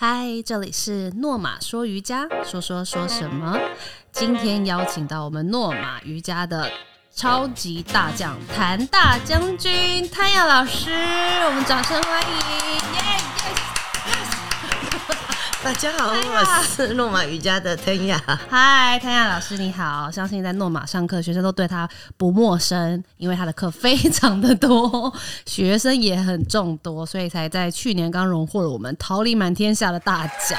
嗨，这里是诺玛说瑜伽，说说说什么？今天邀请到我们诺玛瑜伽的超级大将谭大将军谭雅老师，我们掌声欢迎！耶大家好，哎呀我是诺玛瑜伽的腾雅。嗨，谭雅老师你好，相信在诺玛上课，学生都对他不陌生，因为他的课非常的多，学生也很众多，所以才在去年刚荣获了我们桃李满天下的大奖，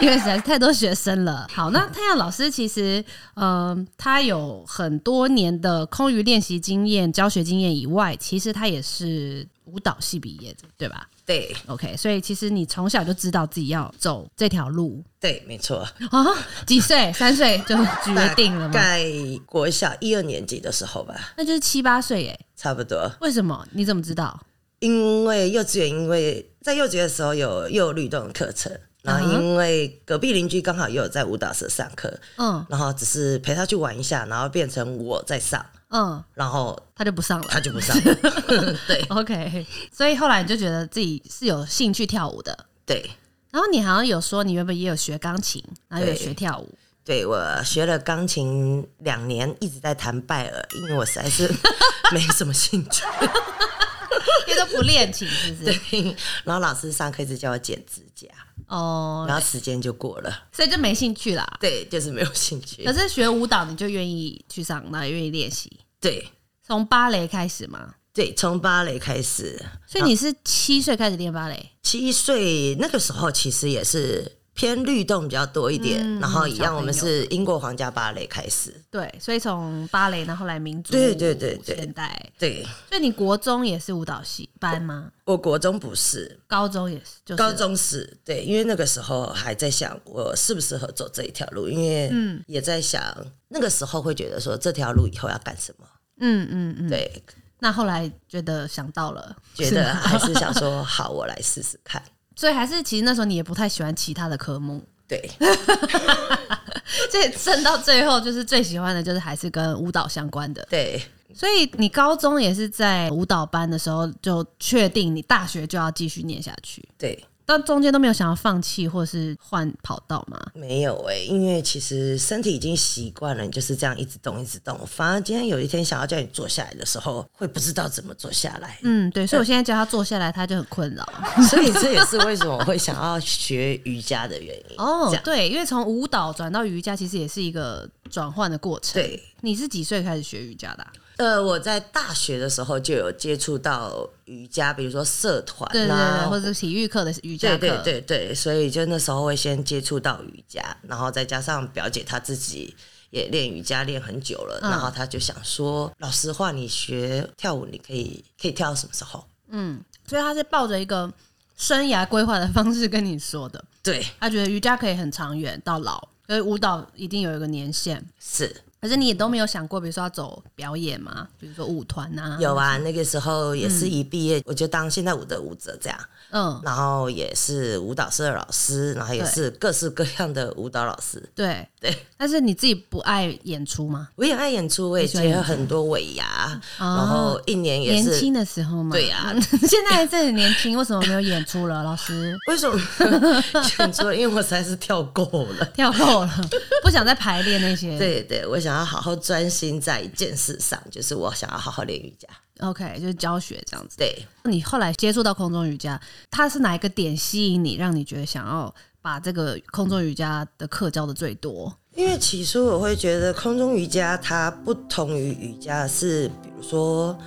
因为实在是太多学生了。好，那谭雅老师其实，嗯、他有很多年的空余练习经验、教学经验以外，其实他也是舞蹈系毕业的，对吧对？OK，所以其实你从小就知道自己要走这条路。对，没错。啊，几 岁？三岁就决定了大吗？概国小一二年级的时候吧，那就是七八岁耶。差不多。为什么？你怎么知道？因为幼稚园，因为在幼稚园的时候有幼律动课程，然后因为隔壁邻居刚好也有在舞蹈社上课，嗯然后只是陪他去玩一下，然后变成我在上，嗯，然后他就不上了。他就 不上。对 OK，所以后来你就觉得自己是有兴趣跳舞的。对然后你好像有说你原本也有学钢琴，然后也有对学跳舞。对，我学了钢琴两年，一直在弹拜耳，因为我实在是 没什么兴趣。因为都不练琴，是 不是？然后老师上课一直叫我剪指甲，哦，然后时间就过了， 所以就没兴趣啦。对，就是没有兴趣可。是学舞蹈你就愿意去上，然后也愿意练习， 对从芭蕾开始嘛。对，从芭蕾开始，所以你是七岁开始练芭蕾，七岁那个时候其实也是偏律动比较多一点，嗯然后一小朋样友我们是英国皇家芭蕾开始，对，所以从芭蕾，然后后来民族舞，对对对对现代，对。所以你国中也是舞蹈系班吗？我国中不是，高中也是，就是高中是对，因为那个时候还在想我适不适合走这一条路，因为嗯也在想那个时候会觉得说这条路以后要干什么，嗯嗯嗯。对，那后来觉得想到了，觉是得吗还是想说好，我来试试看，所以还是其实那时候你也不太喜欢其他的科 目，对，所以剩到最后就是最喜欢的就是还是跟舞蹈相关的。对，所以你高中也是在舞蹈班的时候就确定你大学就要继续念下去，对。但中间都没有想要放弃或是换跑道吗？。没有哎、因为其实身体已经习惯了，你就是这样一直动一直动。反而今天有一天想要叫你坐下来的时候，会不知道怎么坐下来嗯，对，所以我现在叫他坐下来，他就很困 扰。所以 这也是为什么我会想要学瑜伽的原因。哦这，样对，因为从舞蹈转到瑜伽，其实也是一个转换的过程。对，你是几岁开始学瑜伽的啊、呃，我在大学的时候就有接触到瑜伽，比如说社团对对对，啊，或者是体育课的瑜伽对课。对对对，所以就那时候会先接触到瑜伽，然后再加上表姐她自己也练瑜伽练很久了，嗯然后她就想说，老师话你学跳舞，你可以可以跳到什么时候？所以他是抱着一个生涯规划的方式跟你说的，对，他觉得瑜伽可以很长远到老，可是舞蹈一定有一个年限。是可是你也都没有想过，比如说要走表演嘛，比如说舞团啊，有啊。那个时候也是一毕业，我就当现代舞的舞者这样，嗯，然后也是舞蹈社的老师，然后也对是各式各样的舞蹈老师。对对。但是你自己不爱演出吗？我也爱演出，我也你喜欢演接出了很多尾牙，啊然后一年也年是轻的时候嘛，对啊呀 现在还是很年轻，为什么没有演出了？老师为什么 选出了？因为我实在是跳够了。跳够了，不想再排练那些。对对，我想要好好专心在一件事上，就是我想要好好练瑜伽。 ，OK，就是教学这样子。对，你后来接触到空中瑜伽，它是哪一个点吸引你，让你觉得想要把这个空中瑜伽的课教的最多？因为起初我会觉得空中瑜伽它不同于瑜伽是，比如说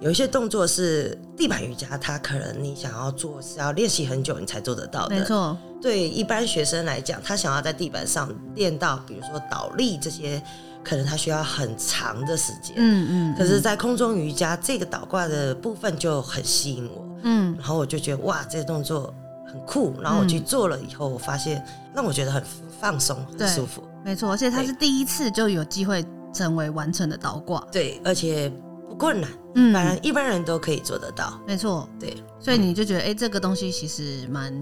有一些动作是地板瑜伽，它可能你想要做是要练习很久你才做得到的。没错，对一般学生来讲，他想要在地板上练到，比如说倒立这些，可能他需要很长的时间。嗯嗯可是，在空中瑜伽这个倒挂的部分就很吸引我，嗯，然后我就觉得哇，这个动作很酷。然后我去做了以后，我发现让我觉得很放松、对很舒服。没错，而且它是第一次就有机会成为完成的倒挂，对，而且不困难，嗯反正一般人都可以做得到。没错，对，所以你就觉得，哎、这个东西其实蛮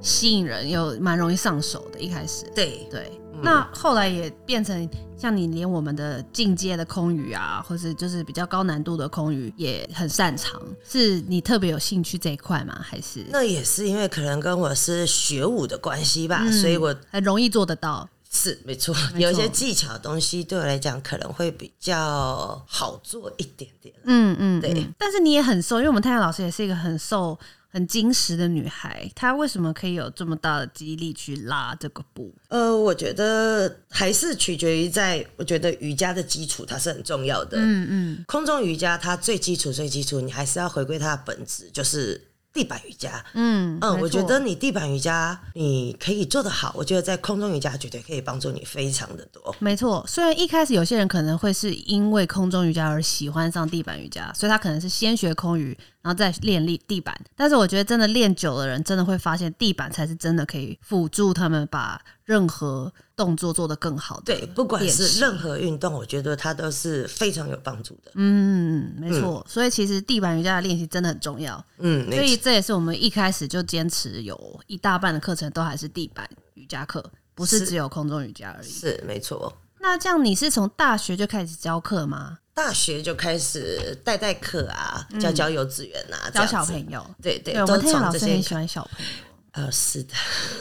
吸引人，又蛮容易上手的。一开始，对，对，那后来也变成像你连我们的进阶的空余啊，或是就是比较高难度的空余也很擅长，是你特别有兴趣这一块吗？还是那也是因为可能跟我是学武的关系吧，所以我很容易做得到？是嗯没错，没错有一些技巧的东西对我来讲可能会比较好做一点点。嗯嗯，对嗯但是你也很瘦，因为我们太阳老师也是一个很瘦、很精实的女孩，她为什么可以有这么大的肌力去拉这个步？呃，我觉得还是取决于在，我觉得瑜伽的基础它是很重要的。嗯嗯，空中瑜伽它最基础最基础，你还是要回归它的本质，就是地板瑜伽。嗯嗯，没我觉错得你地板瑜伽你可以做得好，我觉得在空中瑜伽绝对可以帮助你非常的多。没错，虽然一开始有些人可能会是因为空中瑜伽而喜欢上地板瑜伽，所以他可能是先学空瑜，然后再练力地板。但是我觉得真的练久的人，真的会发现地板才是真的可以辅助他们把任何动作做得更好的对，不管练习是任何运动，我觉得它都是非常有帮助的。嗯，没错。所以其实地板瑜伽的练习真的很重要，嗯，所没以错，这也是我们一开始就坚持有一大半的课程都还是地板瑜伽课，不是是只有空中瑜伽而已。是没错。那这样你是从大学就开始教课吗？大学就开始带带课啊，教教幼稚园啊，这嗯教样子小朋友？对对，我都们太阳从老这师些很喜欢小朋 友，呃，是的，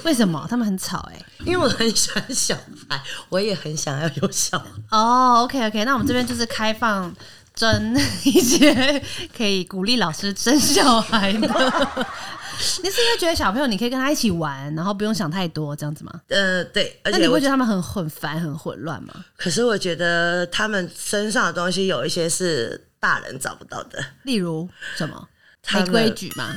为什么？他们很吵哎、因为我很喜欢小孩，我也很想要有小孩。哦、o k OK，那我们这边就是开放征 一些可以鼓励老师生小孩 的。你是因为觉得小朋友你可以跟他一起玩，然后不用想太多这样子吗？呃，对，而那你且会我觉得他们很很烦、很混乱吗？可是我觉得他们身上的东西有一些是大人找不到 的。例如什么他没们规矩吗？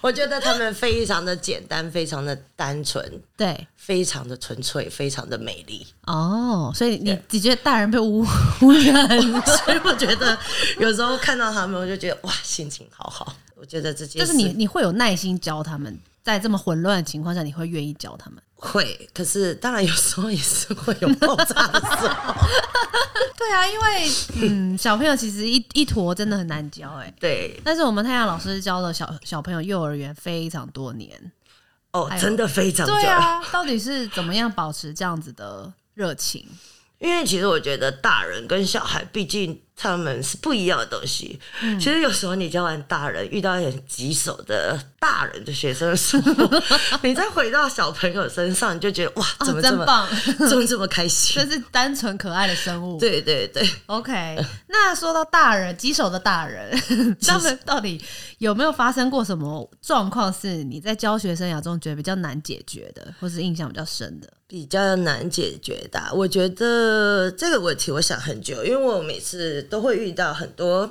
我觉得他们非常的简单，非常的单纯，对，非常的纯粹，非常的美丽。哦、所以你你觉得大人被污污 染，所以我觉得有时候看到他们，我就觉得哇，心情好好。我觉得这件就事是你你会有耐心教他们，在这么混乱的情况下，你会愿意教他们？会，可是当然有时候也是会有爆炸的时 候。对啊，因为嗯，小朋友其实一一坨真的很难教哎、对，但是我们太阳老师教的小小朋友幼儿园非常多年，哦哎，呦真的非常久对啊，到底是怎么样保持这样子的热情？因为其实我觉得大人跟小孩，毕竟他们是不一样的东西。其实有时候你教完大人，遇到很棘手的大人的学生的时候，你再回到小朋友身上，你就觉得哇，啊怎么这真么、棒， 怎么这么开心这？ 是单纯可爱的生 物。对对对， OK，那说到大人，棘手的大人， 他们到底有没有发生过什么状况是你在教学生涯中觉得比较难解决的，或是印象比较深的？比较难解决的啊。我觉得这个问题我想很久，因为我每次都会遇到很多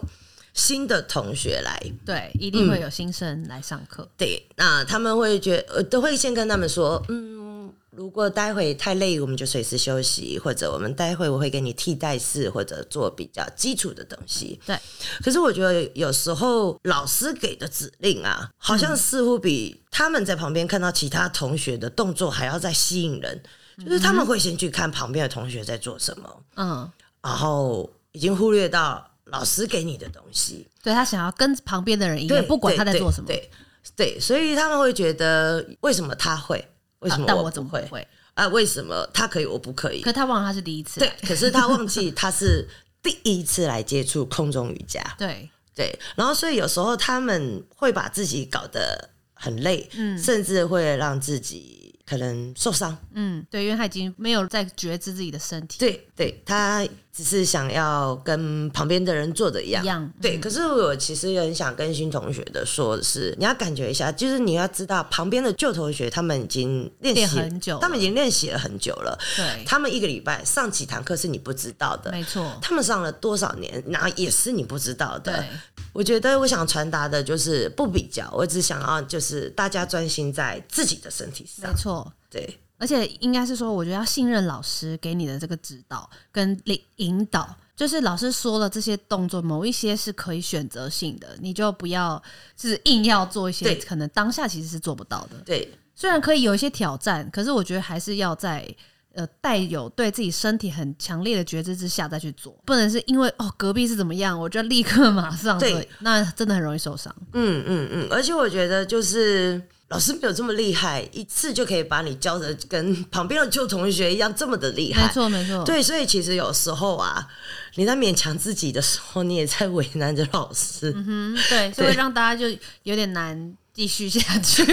新的同学来，对，一定嗯会有新生来上课。对，那他们会觉呃，都会先跟他们说，嗯，如果待会太累，我们就随时休息，或者我们待会我会给你替代式，或者做比较基础的东西。对，可是我觉得有时候老师给的指令啊，好像似乎比他们在旁边看到其他同学的动作还要再吸引人，就是他们会先去看旁边的同学在做什么，嗯，然后已经忽略到老师给你的东西。对他想要跟旁边的人一对，样，不管他在对做什么，对对对，所以他们会觉得为什么他会，为什啊么但我我怎不么会会？啊？为什么他可以我不可以可？他忘了他是第一次对来，，可是他忘记他是第一次来接触空中瑜伽，对，对，然后所以有时候他们会把自己搞得很累，甚至会让自己可能受伤。嗯，对，因为他已经没有在觉知自己的身体。对，对他只是想要跟旁边的人做的一样，一样对，可是我其实也很想跟新同学的说的是，你要感觉一下，就是你要知道旁边的旧同学他们已经练习练很久了他们已经练习了很久了，对，他们一个礼拜上几堂课是你不知道的。没错，他们上了多少年，然后也是你不知道的对。，我觉得我想传达的就是不比较，我只想要就是大家专心在自己的身体上没。错。对，而且应该是说，我觉得要信任老师给你的这个指导跟引引导，就是老师说的这些动作，某一些是可以选择性的，你就不要就是硬要做一些对可能当下其实是做不到的。对，虽然可以有一些挑战，可是我觉得还是要在。呃，带有对自己身体很强烈的觉知之下再去做，不能是因为哦隔壁是怎么样，我就立刻马上对做，那真的很容易受伤。嗯嗯嗯，而且我觉得就是老师没有这么厉害，一次就可以把你教的跟旁边的旧同学一样这么的厉害没。错没错，对，所以其实有时候啊，你在勉强自己的时候，你也在为难着老师。嗯对，所以会让大家就有点难继续下去。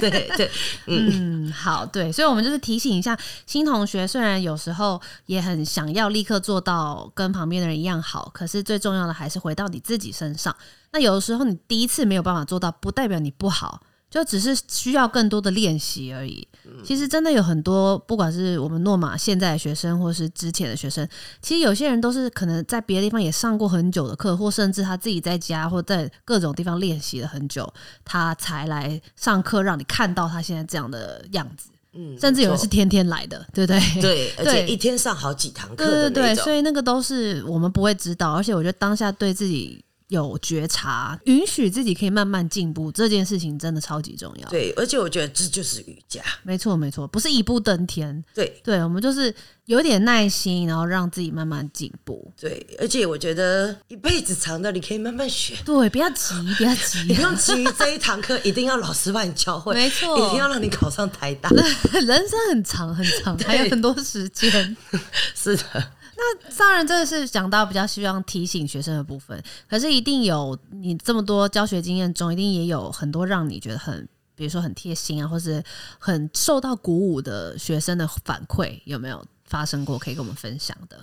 对对，嗯，好，对，所以我们就是提醒一下新同学，虽然有时候也很想要立刻做到跟旁边的人一样好，可是最重要的还是回到你自己身上。那有的时候你第一次没有办法做到，不代表你不好。就只是需要更多的练习而已。嗯其实真的有很多，不管是我们诺玛现在的学生，或是之前的学生，其实有些人都是可能在别的地方也上过很久的课，或甚至他自己在家或在各种地方练习了很久，他才来上课，让你看到他现在这样的样子。嗯甚至有人是没天天来的，对不对？错 对，而对且一天上好几堂课对对的对，那种。所以那个都是我们不会知道，而且我觉得当下对自己有觉察，允许自己可以慢慢进步，这件事情真的超级重要。对，而且我觉得这就是瑜伽。没错，没错，不是一步登天。对对，我们就是有点耐心，然后让自己慢慢进步。对，而且我觉得一辈子长的，你可以慢慢 学，对，不要急，不要你急 不，用急于这一堂课，一定要老师把你教会，没错一定要让你考上台 大。人生很长很长，还有很多时间。是的，当然，这个是讲到比较希望提醒学生的部分，可是一定有你这么多教学经验中，一定也有很多让你觉得很，比如说很贴心啊，或是很受到鼓舞的学生的反馈，有没有发生过？可以跟我们分享的？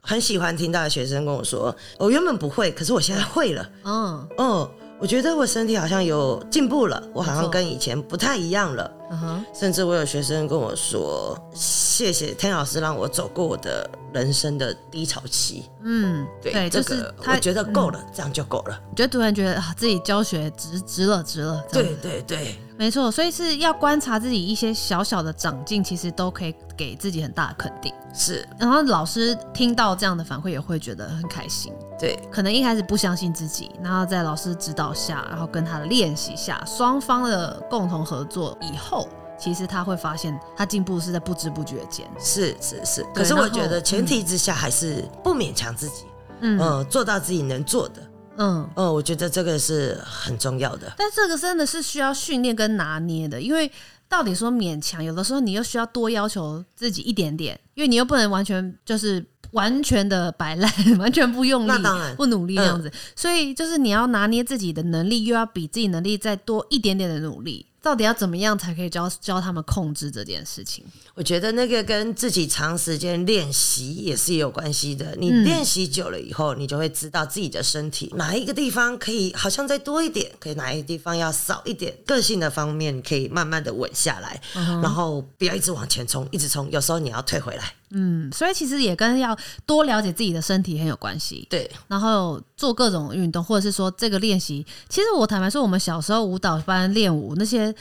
很喜欢听到学生跟我说，我原本不会，可是我现在会了。嗯，哦，我觉得我身体好像有进步了，我好没错像跟以前不太一样了。嗯哼，甚至我有学生跟我说：“谢谢天老师让我走过我的人生的低潮期。嗯，对”就这是个他嗯我觉得够了，这样就够了。就突然觉得啊，自己教学值值了，值了。这样对，对对没错，所以是要观察自己一些小小的长进，其实都可以给自己很大的肯定。是，然后老师听到这样的反馈，也会觉得很开心。对可能一开始不相信自己，然后在老师指导下，然后跟他的练习下，双方的共同合作以后，其实他会发现他进步是在不知不觉间。是是是。可是我觉然后得前提之下还是不勉强自己，嗯呃，做到自己能做的。嗯，呃，我觉得这个是很重要的。但这个真的是需要训练跟拿捏的，因为到底说勉强，有的时候你又需要多要求自己一点点，因为你又不能完全就是完全的摆烂， 完全不用力，那当 然不努力那样子。所以就是你要拿捏自己的能力，又要比自己能力再多一点点的努力。到底要怎么样才可以教教他们控制这件事情？我觉得那个跟自己长时间练习也是有关系的。你嗯练习久了以后，你就会知道自己的身体哪一个地方可以好像再多一点，可以哪一个地方要少一点。个性的方面可以慢慢的稳下来，嗯然后不要一直往前冲，一直冲，有时候你要退回来。嗯，所以其实也跟要多了解自己的身体很有关系。对，然后做各种运动，或者是说这个练习。其实我坦白说，我们小时候舞蹈班练舞那些，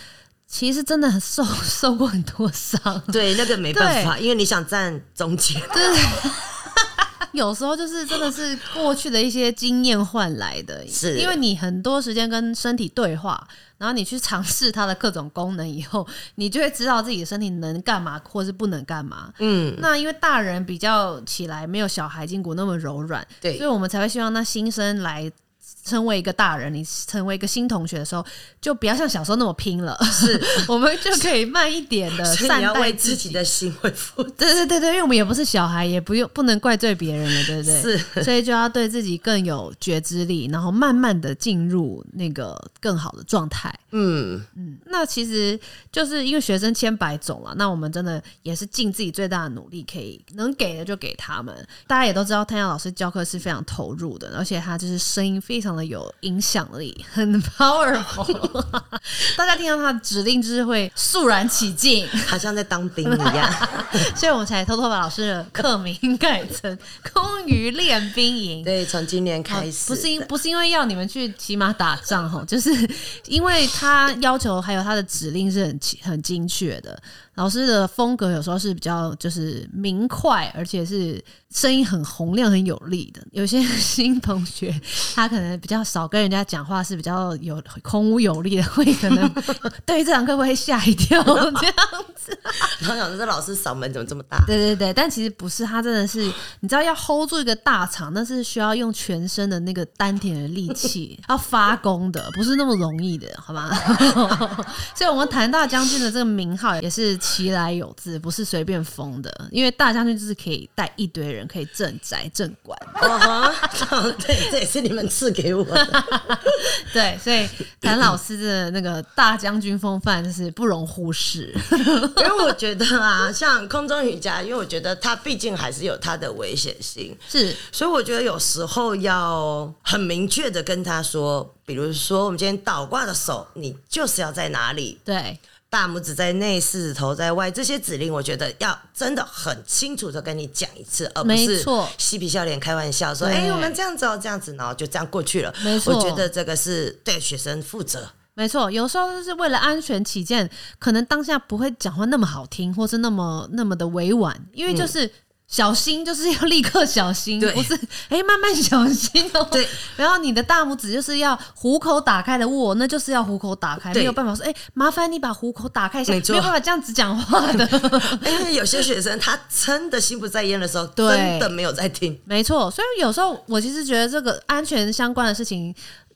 其实真的很受 受过很多伤。对， 那个没办法，因为你想站中间。有时候就是真的是过去的一些经验换来的，是因为你很多时间跟身体对话，然后你去尝试它的各种功能以后，你就会知道自己的身体能干嘛，或是不能干嘛。嗯，那因为大人比较起来没有小孩筋骨那么柔软，所对以我们才会希望那新生来成为一个大人，你成为一个新同学的时候，就不要像小时候那么拼了，是 我们就可以慢一点的 所以善你要待为自己。的行为负责。对对对对，因为我们也不是小孩，也不用不能怪罪别人了，对不对？是，所以就要对自己更有觉知力，然后慢慢的进入那个更好的状态。嗯，那其实就是因为学生千百种了，那我们真的也是尽自己最大的努力，可以能给的就给他们。大家也都知道，太阳老师教课是非常投入的，而且他就是声音非常的有影响力，很 powerful。大家听到他的指令就是会肃然起敬， 好像在当兵一样。所以我们才偷偷把老师的课名改成“空余练兵营”。对，从今年开哦始，不是因不是因为要你们去骑马打仗吼， 就是因为他要求还有他的指令是很清很精确的。老师的风格有时候是比较就是明 快，而且是声音很洪亮、很有力的。有些新同学他可能能比较少跟人家讲话，是比较有空无有力的，会可能 对于这堂课会吓一跳 这样子。然后想说这老师嗓门怎么这么大？对对对，但其实不是，他真的是你知道要 hold 住一个大场，那是需要用全身的那个丹田的力气， 要发功的，不是那么容易的，好吗？ 所以，我们谭大将军的这个名号也是其来有自，不是随便封的，因为大将军就是可以带一堆人，可以镇宅镇馆。 哦哈，对，这也是你们赐给我的。对，所以谭老师的那个大将军风范就是不容忽视。 因为我觉得啊，像空中瑜伽，因为我觉得它毕竟还是有它的危险性，是，所以我觉得有时候要很明确的跟他说，比如说我们今天倒挂的手，你就是要在哪里，对，大拇指在内，四指头在外，这些指令我觉得要真的很清楚的跟你讲一次，而不没是错嬉皮笑脸开玩笑说，对哎、我们这样子哦，这样子，然后就这样过去了。没错我觉得这个是对学生负责。没错。有时候就是为了安全起见，可能当下不会讲话那么好听，或是那么那么的委婉，因为就是。小心就是要立刻小心，嗯对不是哎、慢慢小心哦、对，然后你的大拇指就是要虎口打开的握，那就是要虎口打开，对没有办法说哎、麻烦你把虎口打开一下，没没错有办法这样子讲话的。 因为有些学生他真的心不在焉的时候，对真的没有在听。没错，所以有时候我其实觉得这个安全相关的事情，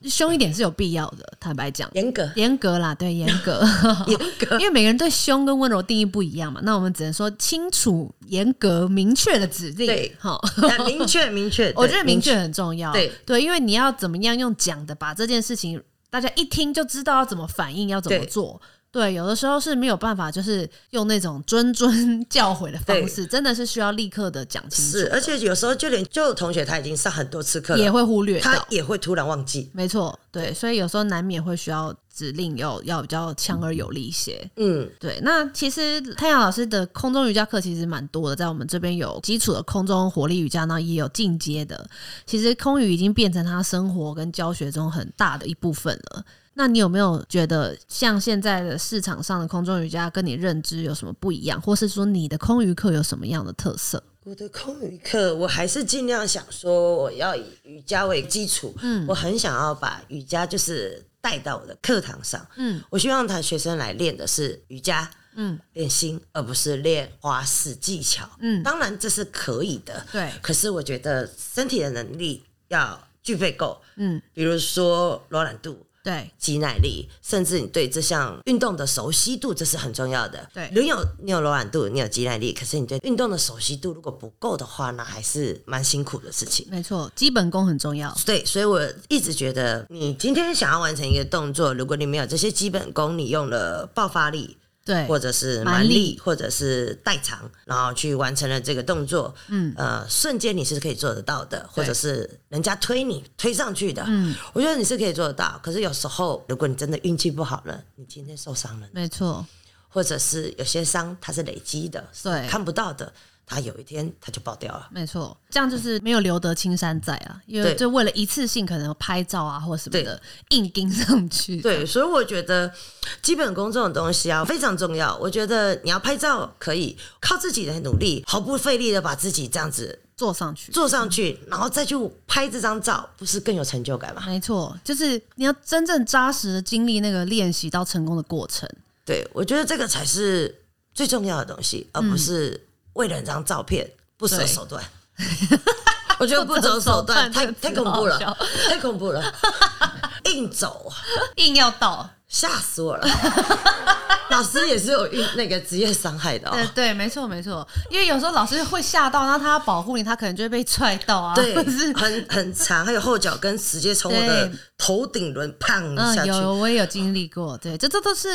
凶一点是有必要的。坦白讲，严格，严格啦，对，严 格，严格因为每个人对凶跟温柔定义不一样嘛，那我们只能说清楚、严格、明确的指令。对好。但哎明确明 确，我觉得对明确很重要，啊对因为你要怎么样用讲的把这件事情，大家一听就知道要怎么反应，要怎么对做。对，有的时候是没有办法，就是用那种谆谆 教诲的方对式，真的是需要立刻的讲清楚是，而且有时候就连旧同学他已经上很多次课也了，会忽略到。他也会突然忘记。没错，对，所以有时候难免会需要指令要要比较强而有力一些。嗯，对，那其实太阳老师的空中瑜伽课其实蛮多的，在我们这边有基础的空中活力瑜伽，那也有进阶的。其实空余已经变成他生活跟教学中很大的一部分了。那你有没有觉得像现在的市场上的空中瑜伽跟你认知有什么不一样，或是说你的空余课有什么样的特色？我的空余课，我还是尽量想说，我要以瑜伽为基础。嗯，我很想要把瑜伽就是带到我的课堂上。嗯，我希望他学生来练的是瑜伽，嗯，练心，而不是练花式技巧。嗯当然这是可以的。对可是我觉得身体的能力要具备够，嗯，比如说柔软度。对，肌耐力，甚至你对这项运动的熟悉度，这是很重要的。对你有你有柔软度，你有肌耐力，可是你对运动的熟悉度如果不够的话，那还是蛮辛苦的事情。没错，基本功很重要。对，所以我一直觉得，你今天想要完成一个动作，如果你没有这些基本功，你用了爆发力，对，或者是蛮蛮力力，或者是代偿，然后去完成了这个动作，嗯，呃，瞬间你是可以做得到的，或者是人家推你推上去的，嗯，我觉得你是可以做得到。可是有时候，如果你真的运气不好了，你今天受伤了，没错，或者是有些伤它是累积的，对，看不到的，它有一天它就爆掉了。没错，这样就是没有留得青山在啊，因为对就为了一次性可能拍照啊或什么的硬盯上去。对，所以我觉得基本功这种东西啊非常重要。我觉得你要拍照可以靠自己的努力，毫不费力的把自己这样子坐上去，坐上去，然后再去拍这张照，不是更有成就感吗？没错，就是你要真正扎实的经历那个练习到成功的过程。对，我觉得这个才是最重要的东西，而不是为了一张照片不嗯择对手段。 我觉得不择手段太太恐怖了，太恐怖了，硬走啊，硬要到。吓死我了！老师也是有遇那个职业伤害 的、对哦。对，没错没错，因为有时候老师会吓到，然后他要保护你，他可能就会被踹到啊，对或者是，很很长，还有后脚跟直接从我的对头顶轮胖嗯 下，去，有我也有经历过，对，这这都是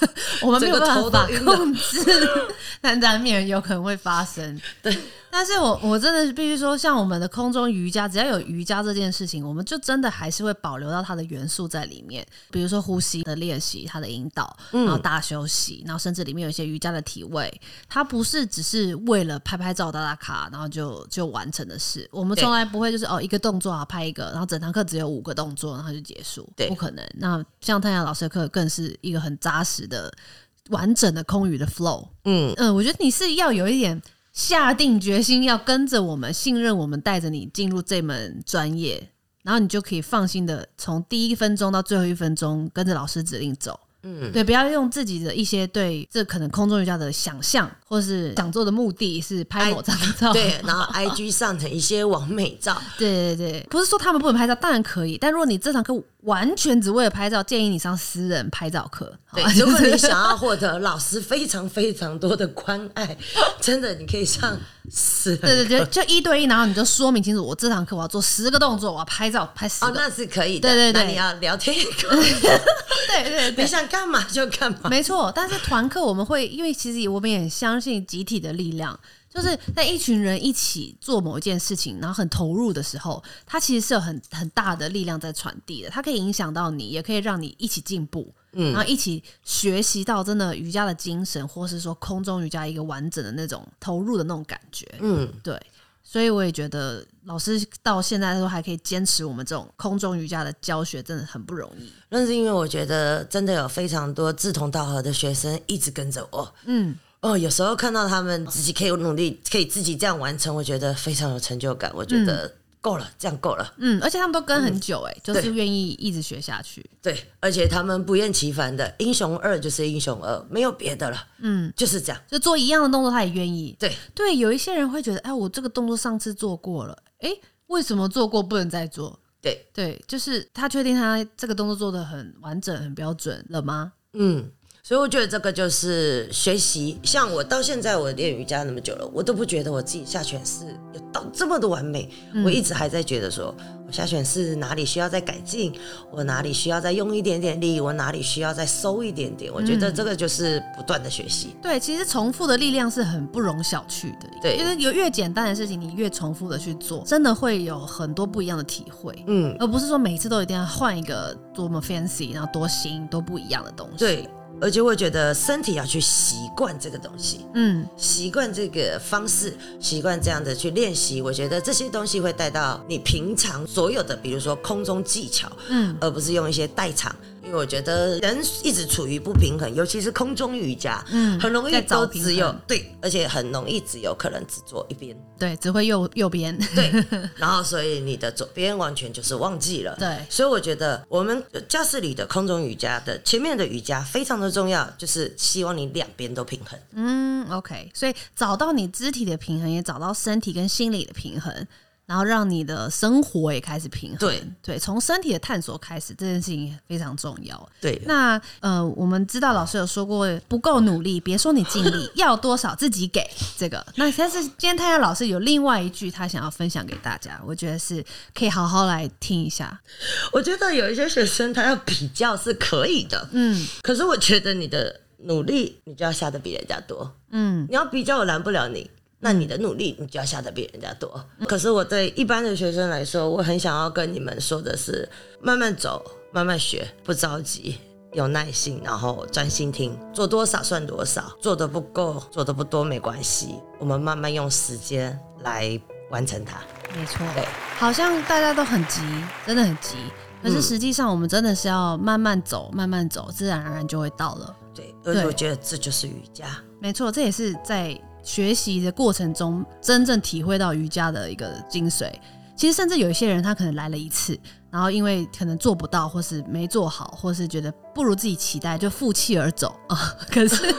我们没整有个办头法都晕了控制， 但难免有可能会发生。对，但是我我真的是必须说，像我们的空中瑜伽，只要有瑜伽这件事情，我们就真的还是会保留到它的元素在里面，比如说呼吸的练习、它的引导，嗯然后大休息，然后甚至里面有一些瑜伽的体位，它不是只是为了拍拍照、打打卡，然后就就完成的事。我们对从来不会就是哦一个动作啊拍一个，然后整堂课只有五个动作，然后就结束，对不可能。那像太阳老师的课更是一个很扎实的、完整的空余的 flow。嗯，嗯，我觉得你是要有一点下定决心，要跟着我们，信任我们，带着你进入这门专业。然后你就可以放心的从第一分钟到最后一分钟跟着老师指令走。嗯，对，不要用自己的一些对这可能空中瑜伽的想象，或是想做的目的是拍某张照，哎对，然后 IG 上的一些完美照，对对对，不是说他们不能拍照，当然可以。但如果你这堂课完全只为了拍照，建议你上私人拍照课。 好对吧，如果你想要获得老师非常非常多的关爱，真的你可以上 私人对对对，就一对一，然后你就说明清楚，我这堂课我要做十个动作，我要拍照拍十哦，个。那是可以的。对对对那你要聊 天也可以，对对你对，想干嘛就干 嘛。没错。但是团课我们会，因为其实我们也很相信集体的力量，就是在一群人一起做某一件事情，然后很投入的时候，它其实是有很很大的力量在传递的，它可以影响到你，也可以让你一起进步。然后一起学习到真的瑜伽的精神，或是说空中瑜伽一个完整的那种投入的那种感觉。嗯，对，所以我也觉得老师到现在都还可以坚持我们这种空中瑜伽的教学，真的很不容易。那是因为我觉得真的有非常多志同道合的学生一直跟着我。嗯，哦，有时候看到他们自己可以努力，可以自己这样完成，我觉得非常有成就感。我觉得够了，这样够了。嗯，而且他们都跟很久、欸，哎、就是对愿意一直学下去。对，而且他们不厌其烦的，英雄二就是英雄二，没有别的了，嗯，就是这样。就做一样的动作，他也愿意。对，对，有一些人会觉得，哎，我这个动作上次做过了，哎，为什么做过不能再做？对，对，就是他确定他这个动作做的很完整、很标准了吗？嗯，所以我觉得这个就是学习。像我到现在我练瑜伽那么久了，我都不觉得我自己下犬式有到这么的完美。我一直还在觉得说，我下犬式哪里需要再改进，我哪里需要再用一点点力，我哪里需要再收一点点。我觉得这个就是不断的学习。对，其实重复的力量是很不容小觑的。对因为有越简单的事情，你越重复的去做，真的会有很多不一样的体会，嗯，而不是说每次都一定要换一个多么 fancy，然后多新、多不一样的东西。，对。而且我觉得身体要去习惯这个东西，嗯，习惯这个方式，习惯这样的去练习，我觉得这些东西会带到你平常所有的，比如说空中技巧，嗯，而不是用一些代偿。因为我觉得人一直处于不平衡，尤其是空中瑜伽，嗯很容在易找都平只有衡对，而且很容易只有可能只做一边，对，只会右右边。对，然后所以你的左边完全就是忘记了，对所以我觉得我们教室里的空中瑜伽的前面的瑜伽非常的重要，就是希望你两边都平衡。嗯，OK，所以找到你肢体的平衡，也找到身体跟心理的平衡，然后让你的生活也开始平衡。对对，从身体的探索开始，这件事情非常重要。对，那呃，我们知道老师有说过，不够努力，别说你尽力，要多少自己给这个。那但是今天太阳老师有另外一句，他想要分享给大家，我觉得是可以好好来听一下。我觉得有一些学生他要比较是可以的，嗯可是我觉得你的努力你就要下的比人家多。嗯你要比较我拦不了你，那你的努力你就要下的比人家多。嗯可是我对一般的学生来说，我很想要跟你们说的是，慢慢走，慢慢学，不着急。有耐心，然后专心听，做多少算多少，做的不够，做的不多没关系，我们慢慢用时间来完成它。没错，对，好像大家都很急，真的很急。可是实际上，我们真的是要慢慢走，慢慢走，自然而然就会到了。对，而且我觉得这就是瑜伽。没错，这也是在学习的过程中真正体会到瑜伽的一个精髓。其实，甚至有一些人他可能来了一次，然后因为可能做不到，或是没做好，或是觉得不如自己期待，就负气而走 啊。可是，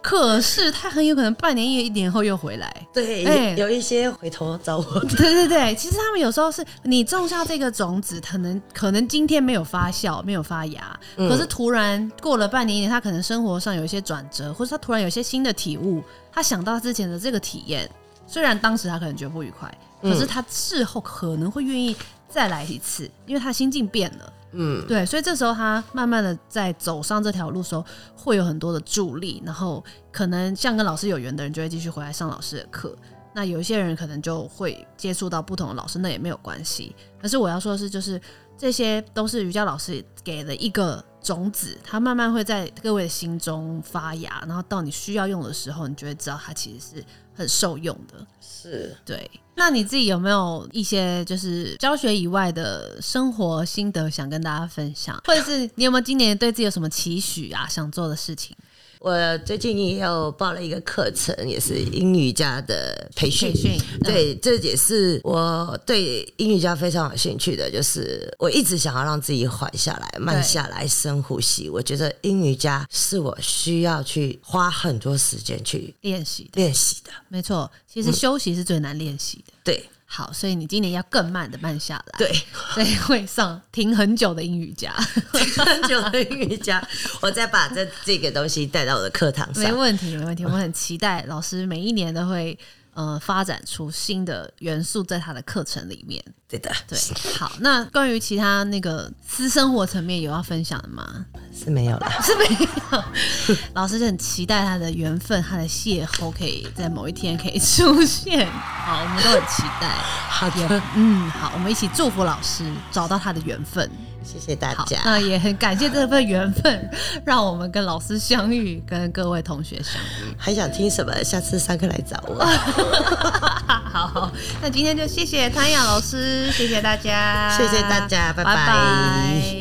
可是他很有可能半年、一年后又回来。对，哎有一些回头找我对对对，其实他们有时候是你种下这个种子，可能可能今天没有发酵，没有发芽，可是突然过了半年一年，他可能生活上有一些转折，或者他突然有一些新的体悟，他想到之前的这个体验，虽然当时他可能觉得不愉快，可是他事后可能会愿意再来一次，因为他心境变了。嗯，对，所以这时候他慢慢的在走上这条路的时候，会有很多的助力，然后可能像跟老师有缘的人就会继续回来上老师的课。那有一些人可能就会接触到不同的老师，那也没有关系。可是我要说的是，就是这些都是瑜伽老师给的一个种子，它慢慢会在各位的心中发芽，然后到你需要用的时候，你就会知道它其实是很受用的。是对，那你自己有没有一些就是教学以外的生活心得想跟大家分享，或者是你有没有今年对自己有什么期许啊，想做的事情？我最近又报了一个课程，也是英语家的培训。培训嗯对，这也是我对英语家非常有兴趣的，就是我一直想要让自己缓下来、慢下来、深呼吸。我觉得英语家是我需要去花很多时间去练习的，练习的。没错。其实休息是最难练习的。对好，所以你今年要更慢的慢下来，对， 所以会上停很久的英语家，很久的英语家，我再把这这个东西带到我的课堂没上。问题，没问题。我们很期待老师每一年都会呃发展出新的元素在他的课程里面。对的， 对，好，那关于其他那个私生活层面有要分享的吗？ 是没有啦。是没有。老师就很期待他的缘分，他的邂逅可以在某一天可以出现。好，我们都很期待。好也的，嗯，好，我们一起祝福老师找到他的缘分。谢谢大好家，。那也很感谢这份缘分，让我们跟老师相遇，跟各位同学相遇。还想听什么？下次上课来找我。 好，那今天就谢谢谭雅老师，谢谢大家，谢谢大家拜拜拜拜